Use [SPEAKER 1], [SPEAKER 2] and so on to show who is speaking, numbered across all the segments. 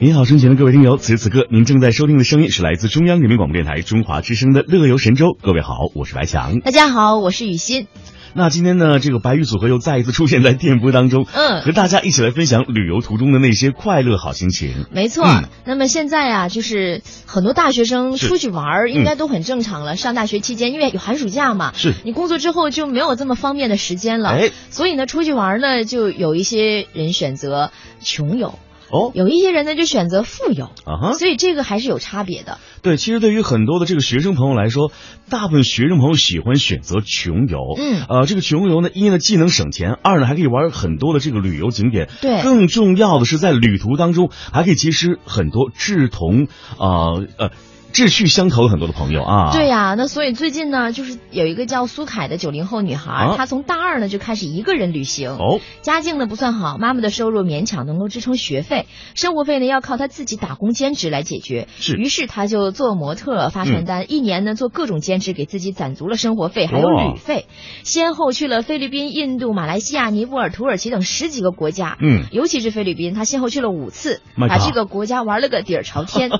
[SPEAKER 1] 您好，生前的各位听友，此时此刻您正在收听的声音是来自中央人民广播电台中华之声的《乐游神州》。各位好，我是白翔。
[SPEAKER 2] 大家好，我是雨欣。
[SPEAKER 1] 那今天呢，这个白玉组合又再一次出现在电波当中，
[SPEAKER 2] 嗯
[SPEAKER 1] 和大家一起来分享旅游途中的那些快乐好心情。
[SPEAKER 2] 没错，
[SPEAKER 1] 嗯
[SPEAKER 2] 那么现在啊，就是很多大学生
[SPEAKER 1] 是
[SPEAKER 2] 出去玩儿，应该都很正常了。上大学期间，因为有寒暑假嘛，
[SPEAKER 1] 是
[SPEAKER 2] 你工作之后就没有这么方便的时间了，
[SPEAKER 1] 哎
[SPEAKER 2] 所以呢，出去玩儿呢，就有一些人选择穷游，
[SPEAKER 1] 哦
[SPEAKER 2] 有一些人呢就选择富游，
[SPEAKER 1] 啊哈，
[SPEAKER 2] 所以这个还是有差别的。
[SPEAKER 1] 对，其实对于很多的这个学生朋友来说，大部分学生朋友喜欢选择穷游。
[SPEAKER 2] 嗯
[SPEAKER 1] 呃，这个穷游呢，一呢既能省钱，二呢还可以玩很多的这个旅游景点。
[SPEAKER 2] 对
[SPEAKER 1] 更重要的是在旅途当中还可以结识很多志同呃呃志趣相投的很多的朋友啊。
[SPEAKER 2] 对呀、那所以最近呢，就是有一个叫苏凯的九零后女孩，
[SPEAKER 1] 啊
[SPEAKER 2] 她从大二呢就开始一个人旅行。
[SPEAKER 1] 哦，
[SPEAKER 2] 家境呢不算好，妈妈的收入勉强能够支撑学费，生活费呢要靠她自己打工兼职来解决。
[SPEAKER 1] 是嗯
[SPEAKER 2] 于是她就做模特、发传单，一年呢做各种兼职，给自己攒足了生活费，还有
[SPEAKER 1] 哇
[SPEAKER 2] 旅费。先后去了菲律宾、印度、马来西亚、尼泊尔、土耳其等十几个国家。
[SPEAKER 1] 嗯，
[SPEAKER 2] 尤其是菲律宾，她先后去了五次，
[SPEAKER 1] My
[SPEAKER 2] 把
[SPEAKER 1] God
[SPEAKER 2] 这个国家玩了个底儿朝天，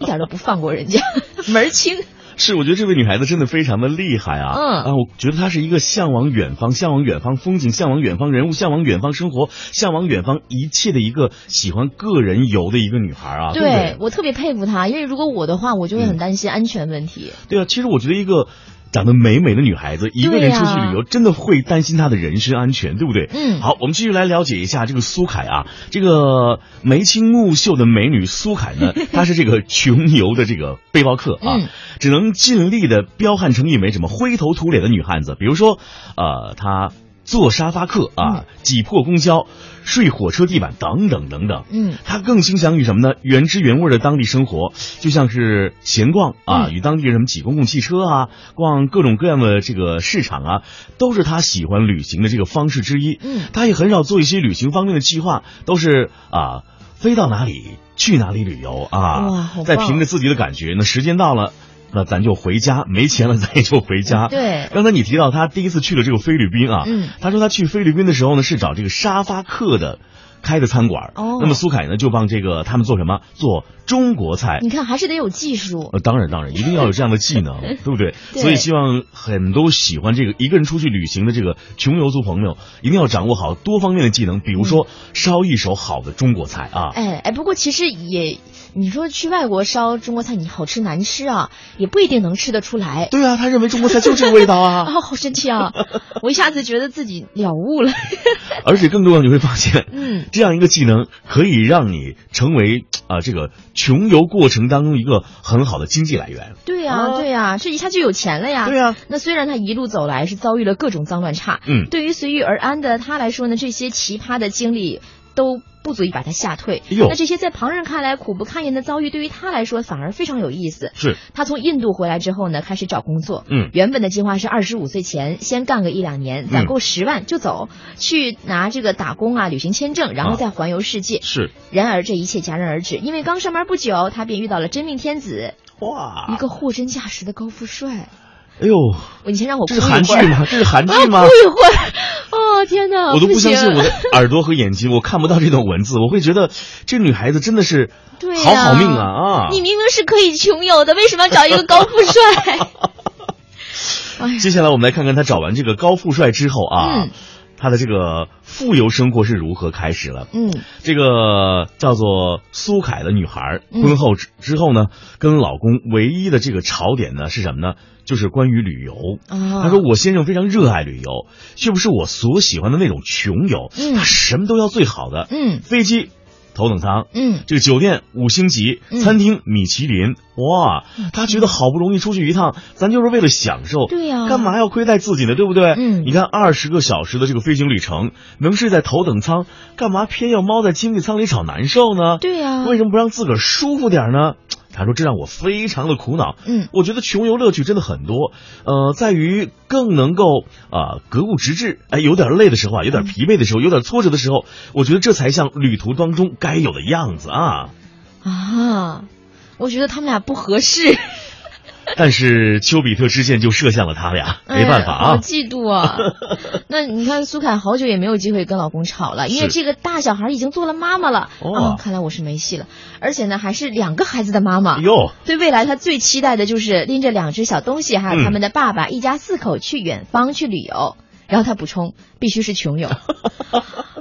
[SPEAKER 2] 一点都不放过人 家，门儿清。
[SPEAKER 1] 是，我觉得这位女孩子真的非常的厉害啊！
[SPEAKER 2] 嗯
[SPEAKER 1] 啊，我觉得她是一个向往远方、向往远方风景、向往远方人物、向往远方生活、向往远方一切的一个喜欢个人游的一个女孩啊！对不对
[SPEAKER 2] 对我特别佩服她，因为如果我的话，我就会很担心安全问题。
[SPEAKER 1] 对啊，其实我觉得一个长得美美的女孩子一个人
[SPEAKER 2] 啊
[SPEAKER 1] 出去旅游，真的会担心她的人身安全，对不对？
[SPEAKER 2] 嗯
[SPEAKER 1] 好，我们继续来了解一下这个苏凯啊，这个眉清目秀的美女苏凯 呢，她是这个穷游的这个背包客啊，
[SPEAKER 2] 嗯
[SPEAKER 1] 只能尽力的彪悍成一枚什么灰头土脸的女汉子。比如说，呃，她。坐沙发客
[SPEAKER 2] 嗯
[SPEAKER 1] 啊，挤破公交，睡火车地板等等等等。
[SPEAKER 2] 嗯，
[SPEAKER 1] 他更倾向于什么呢？原汁原味的当地生活，就像是闲逛啊，
[SPEAKER 2] 嗯
[SPEAKER 1] 与当地人什么挤公共汽车啊，逛各种各样的这个市场啊，都是他喜欢旅行的这个方式之一。
[SPEAKER 2] 嗯
[SPEAKER 1] 他也很少做一些旅行方面的计划，都是啊，飞到哪里去哪里旅游
[SPEAKER 2] 哇
[SPEAKER 1] 啊
[SPEAKER 2] 好，
[SPEAKER 1] 再
[SPEAKER 2] 棒
[SPEAKER 1] 凭着自己的感觉，那时间到了，那咱就回家，没钱了咱也就回家。
[SPEAKER 2] 对，
[SPEAKER 1] 刚才你提到他第一次去了这个菲律宾啊，
[SPEAKER 2] 嗯
[SPEAKER 1] 他说他去菲律宾的时候呢，是找这个沙发客的开的餐馆。
[SPEAKER 2] 哦
[SPEAKER 1] 那么苏凯呢就帮这个他们做什么？做中国菜。
[SPEAKER 2] 你看还是得有技术。
[SPEAKER 1] 呃，当然，当然，一定要有这样的技能， 对不对？
[SPEAKER 2] 对
[SPEAKER 1] 所以希望很多喜欢这个一个人出去旅行的这个穷游族朋友，一定要掌握好多方面的技能，比如说烧一手好的中国菜啊。
[SPEAKER 2] 嗯哎哎，不过其实也，你说去外国烧中国菜，你好吃难吃啊，也不一定能吃得出来。
[SPEAKER 1] 对啊，他认为中国菜就这个味道啊。
[SPEAKER 2] 啊，好神 奇啊！我一下子觉得自己了悟了。
[SPEAKER 1] 而且更重要，你会发现，
[SPEAKER 2] 嗯，
[SPEAKER 1] 这样一个技能可以让你成为啊、这个穷游过程当中一个很好的经济来源。
[SPEAKER 2] 对呀、
[SPEAKER 1] 啊
[SPEAKER 2] 对呀、这一下就有钱了呀。
[SPEAKER 1] 对啊呀、
[SPEAKER 2] 那虽然他一路走来是遭遇了各种脏乱差，
[SPEAKER 1] 嗯
[SPEAKER 2] 对于随遇而安的他来说呢，这些奇葩的经历都不足以把他吓退。
[SPEAKER 1] 哎呦
[SPEAKER 2] 那这些在旁人看来苦不堪言的遭遇，对于他来说反而非常有意思。
[SPEAKER 1] 是，
[SPEAKER 2] 他从印度回来之后呢，开始找工作。
[SPEAKER 1] 嗯
[SPEAKER 2] 原本的计划是二十五岁前先干个一两年，攒
[SPEAKER 1] 嗯
[SPEAKER 2] 够十万就走，去拿这个打工啊、旅行签证，然后
[SPEAKER 1] 啊
[SPEAKER 2] 再环游世界。
[SPEAKER 1] 是，
[SPEAKER 2] 然而这一切戛然而止，因为刚上班不久，他便遇到了真命天子，一
[SPEAKER 1] 哇，
[SPEAKER 2] 个货真价实的高富帅。
[SPEAKER 1] 哎呦，
[SPEAKER 2] 我你先让我
[SPEAKER 1] 这是
[SPEAKER 2] 哭一
[SPEAKER 1] 韩剧
[SPEAKER 2] 会儿
[SPEAKER 1] 吗？这是韩剧吗
[SPEAKER 2] 啊？不一会儿，哦天哪，
[SPEAKER 1] 我都
[SPEAKER 2] 不
[SPEAKER 1] 不相信
[SPEAKER 2] 行
[SPEAKER 1] 我的耳朵和眼睛，我看不到这种文字，我会觉得这女孩子真的是
[SPEAKER 2] 对
[SPEAKER 1] 好
[SPEAKER 2] 呀
[SPEAKER 1] 好命啊啊！
[SPEAKER 2] 你明明是可以穷游的，为什么要找一个高富 帅？哎呀，
[SPEAKER 1] 接下来我们来看看她找完这个高富帅之后啊，
[SPEAKER 2] 嗯
[SPEAKER 1] 她的这个富有生活是如何开始了。
[SPEAKER 2] 嗯，
[SPEAKER 1] 这个叫做苏凯的女孩，
[SPEAKER 2] 嗯
[SPEAKER 1] 婚后之之后呢，跟老公唯一的这个槽点呢是什么呢？就是关于旅游。
[SPEAKER 2] 啊，
[SPEAKER 1] 她说：“我先生非常热爱旅游，却不是我所喜欢的那种穷游。
[SPEAKER 2] 嗯
[SPEAKER 1] 他什么都要最好的，
[SPEAKER 2] 嗯
[SPEAKER 1] 飞机头等舱，
[SPEAKER 2] 嗯，
[SPEAKER 1] 这个酒店五星级，
[SPEAKER 2] 嗯
[SPEAKER 1] 餐厅米其林。哇
[SPEAKER 2] 嗯，
[SPEAKER 1] 他觉得好不容易出去一趟，咱就是为了享受。
[SPEAKER 2] 对呀
[SPEAKER 1] 干嘛要亏待自己呢？对不对？
[SPEAKER 2] 嗯
[SPEAKER 1] 你看二十个小时的这个飞行旅程，能睡在头等舱，干嘛偏要猫在经济舱里找难受呢？
[SPEAKER 2] 对啊呀，
[SPEAKER 1] 为什么不让自个儿舒服点儿呢？他说这让我非常的苦恼。
[SPEAKER 2] 嗯
[SPEAKER 1] 我觉得穷游乐趣真的很多，呃，在于更能够啊、格物致知。哎，有点累的时候啊，有
[SPEAKER 2] 嗯
[SPEAKER 1] 点疲惫的时候，有点挫折的时候，我觉得这才像旅途当中该有的样子啊。
[SPEAKER 2] 啊，我觉得他们俩不合适。
[SPEAKER 1] 但是丘比特之箭就射向了他俩， 没办法
[SPEAKER 2] 哎呀好
[SPEAKER 1] 啊。
[SPEAKER 2] 嫉 妒啊！那你看苏凯好久也没有机会跟老公吵了，因
[SPEAKER 1] 是
[SPEAKER 2] 为这个大小孩已经做了妈妈了。
[SPEAKER 1] 哦
[SPEAKER 2] 嗯看来我是没戏了，而且呢还是两个孩子的妈妈。
[SPEAKER 1] 哟、
[SPEAKER 2] 对未来，她最期待的就是拎着两只小东西，
[SPEAKER 1] 嗯
[SPEAKER 2] 还有他们的爸爸，一家四口去远方去旅游。然后她补充，必须是 穷游。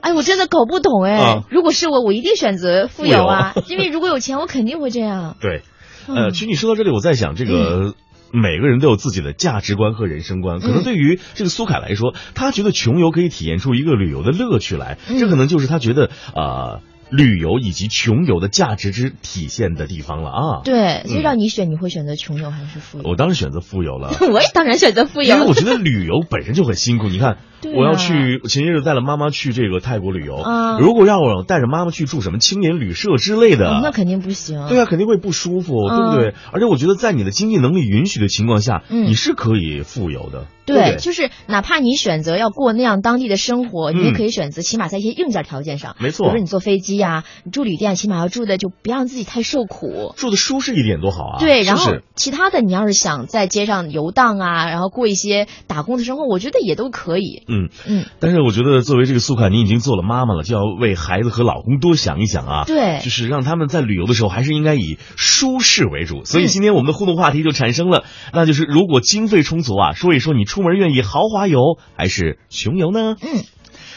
[SPEAKER 2] 哎，我真的搞不懂哎，
[SPEAKER 1] 啊
[SPEAKER 2] 如果是我，我一定选择富有啊，因为如果有钱，我肯定会这样。
[SPEAKER 1] 对，呃，
[SPEAKER 2] 嗯
[SPEAKER 1] 其实你说到这里，我在想这个。每个人都有自己的价值观和人生观，可能
[SPEAKER 2] 嗯
[SPEAKER 1] 对于这个苏凯来说，他觉得穷游可以体验出一个旅游的乐趣来，
[SPEAKER 2] 嗯
[SPEAKER 1] 这可能就是他觉得啊、呃旅游以及穷游的价值之体现的地方了啊。
[SPEAKER 2] 对，所以
[SPEAKER 1] 嗯
[SPEAKER 2] 让你选，你会选择穷游还是富有？
[SPEAKER 1] 我当然选择富游 了，
[SPEAKER 2] 我也当然选择富
[SPEAKER 1] 因为我
[SPEAKER 2] 有。
[SPEAKER 1] 觉得旅游本身就很辛苦。你 看，
[SPEAKER 2] 对
[SPEAKER 1] 我要
[SPEAKER 2] 啊
[SPEAKER 1] 去前些日子带了妈妈去这个泰国旅游，
[SPEAKER 2] 啊
[SPEAKER 1] 如果让我带着妈妈去住什么青年旅社之类的，
[SPEAKER 2] 哦那肯定不行。
[SPEAKER 1] 对啊，肯定会不舒服，对不
[SPEAKER 2] 嗯
[SPEAKER 1] 对？而且我觉得，在你的经济能力允许的情况下，
[SPEAKER 2] 嗯
[SPEAKER 1] 你是可以富有的，
[SPEAKER 2] 对
[SPEAKER 1] 不对？
[SPEAKER 2] 就是哪怕你选择要过那样当地的生活，你也
[SPEAKER 1] 嗯
[SPEAKER 2] 可以选择，起码在一些硬件条件上，
[SPEAKER 1] 没
[SPEAKER 2] 比如
[SPEAKER 1] 错
[SPEAKER 2] 说，你坐飞机呀、你住旅店，起码要住的就不让自己太受苦。
[SPEAKER 1] 住的舒适一点多好啊！
[SPEAKER 2] 对，
[SPEAKER 1] 是
[SPEAKER 2] 然
[SPEAKER 1] 不
[SPEAKER 2] 后
[SPEAKER 1] 是
[SPEAKER 2] 其他的，你要是想在街上游荡啊，然后过一些打工的生活，我觉得也都可以。
[SPEAKER 1] 嗯
[SPEAKER 2] 嗯，
[SPEAKER 1] 但是我觉得，作为这个苏凯，你已经做了妈妈了，就要为孩子和老公多想一想啊。
[SPEAKER 2] 对
[SPEAKER 1] 就，是让他们在旅游的时候，还是应该以舒适为主。所以
[SPEAKER 2] 嗯
[SPEAKER 1] 今天我们的互动话题就产生了，那就是如果经费充足啊，说一说你出门愿意豪华游还是穷游呢？
[SPEAKER 2] 嗯，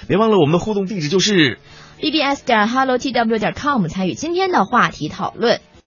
[SPEAKER 1] 别忘了我们的互动地址就是
[SPEAKER 2] E bbs 点 hello tw 点 com 参与今天的话题讨论。